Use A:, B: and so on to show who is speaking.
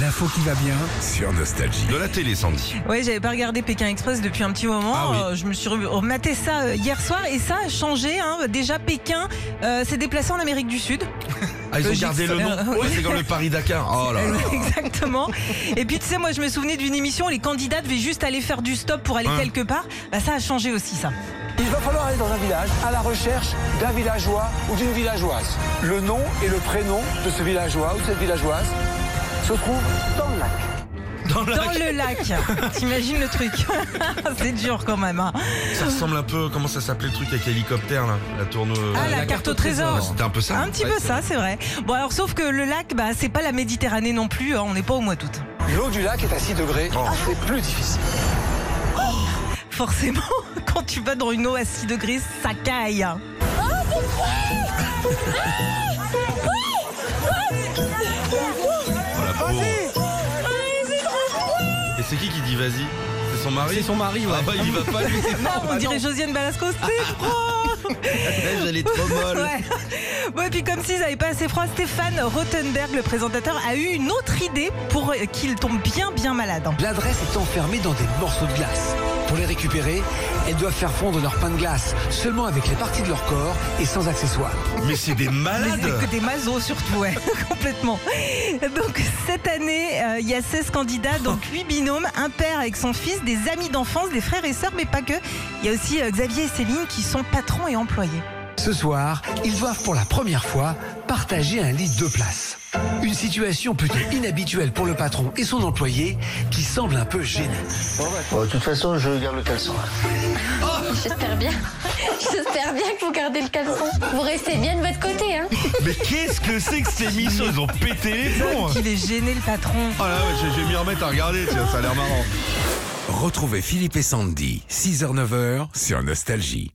A: L'info qui va bien sur Nostalgie.
B: De la télé, Sandy.
C: Ouais, j'avais pas regardé Pékin Express depuis un petit moment.
B: Ah oui.
C: Euh, je me suis re- rematé ça euh, hier soir et ça a changé. hein. Déjà, Pékin euh, s'est déplacé en Amérique du Sud.
B: Ah, ils ont
C: Logique,
B: gardé le
C: ça.
B: nom.
C: Euh,
B: Ouais,
C: oui.
B: c'est comme le Paris-Dakar. Oh
C: Ah
B: là là.
C: Exactement. Et puis, tu sais, moi, je me souvenais d'une émission où les candidats devaient juste aller faire du stop pour aller
B: Hein.
C: quelque part. Bah, ça a changé aussi, ça.
D: Il va falloir aller dans un village à la recherche d'un villageois ou d'une villageoise. Le nom et le prénom de ce villageois ou cette villageoise se trouvent dans le lac.
B: Dans la-
C: Dans le lac. T'imagines le truc. C'est dur quand même. hein.
B: Ça ressemble un peu. Comment ça s'appelait le truc avec l'hélicoptère, là La tourne. euh,
C: Ah, la, carte au trésor.
B: C'était un peu ça
C: Un petit peu ça, c'est vrai. Bon, alors, sauf que le lac, bah, c'est pas la Méditerranée non plus. hein. On n'est pas au mois d'août.
D: L'eau du lac est à 6 degrés, Ah,
B: Oh.
D: c'est plus difficile.
C: Forcément, quand tu vas dans une eau à 6 degrés, ça caille.
B: Oh, la pauvre. Et c'est qui qui dit vas-y C'est son mari
E: C'est son mari, ouais.
B: Ah bah, il y va pas, lui. Bah
C: on dirait Josiane Balasco, c'est froid
B: Neige, elle est trop molle.
C: Ouais. Bon, et puis comme s'ils n'avaient pas assez froid, Stéphane Rothenberg, le présentateur, a eu une autre idée pour euh, qu'il tombe bien, bien malade.
D: L'adresse est enfermée dans des morceaux de glace. Pour les récupérer, elles doivent faire fondre leur pain de glace, seulement avec les parties de leur corps et sans accessoires.
B: Mais c'est des
C: Mais c'est
B: malades.
C: que des mazos surtout, ouais, complètement. Donc cette année, euh, il y a 16 candidats, donc 8 binômes, un père avec son fils, des amis d'enfance, des frères et sœurs, mais pas que. Il y a aussi euh, Xavier et Céline qui sont patrons et employés.
D: Ce soir, ils doivent pour la première fois partager un lit de place. Une situation plutôt inhabituelle pour le patron et son employé qui semble un peu gênée.
F: Bon, Euh, de toute façon, je garde le caleçon.
G: J'espère bien. J'espère bien que vous gardez le caleçon. Vous restez bien de votre côté, hein.
B: Mais qu'est-ce que c'est que ces missions Ils ont pété les plombs.
C: Il est gêné le patron.
B: Oh là, ouais, je je vais m'y remettre à regarder. tiens, Ça a l'air marrant.
A: Retrouvez Philippe et Sandy, 6h-9h sur Nostalgie.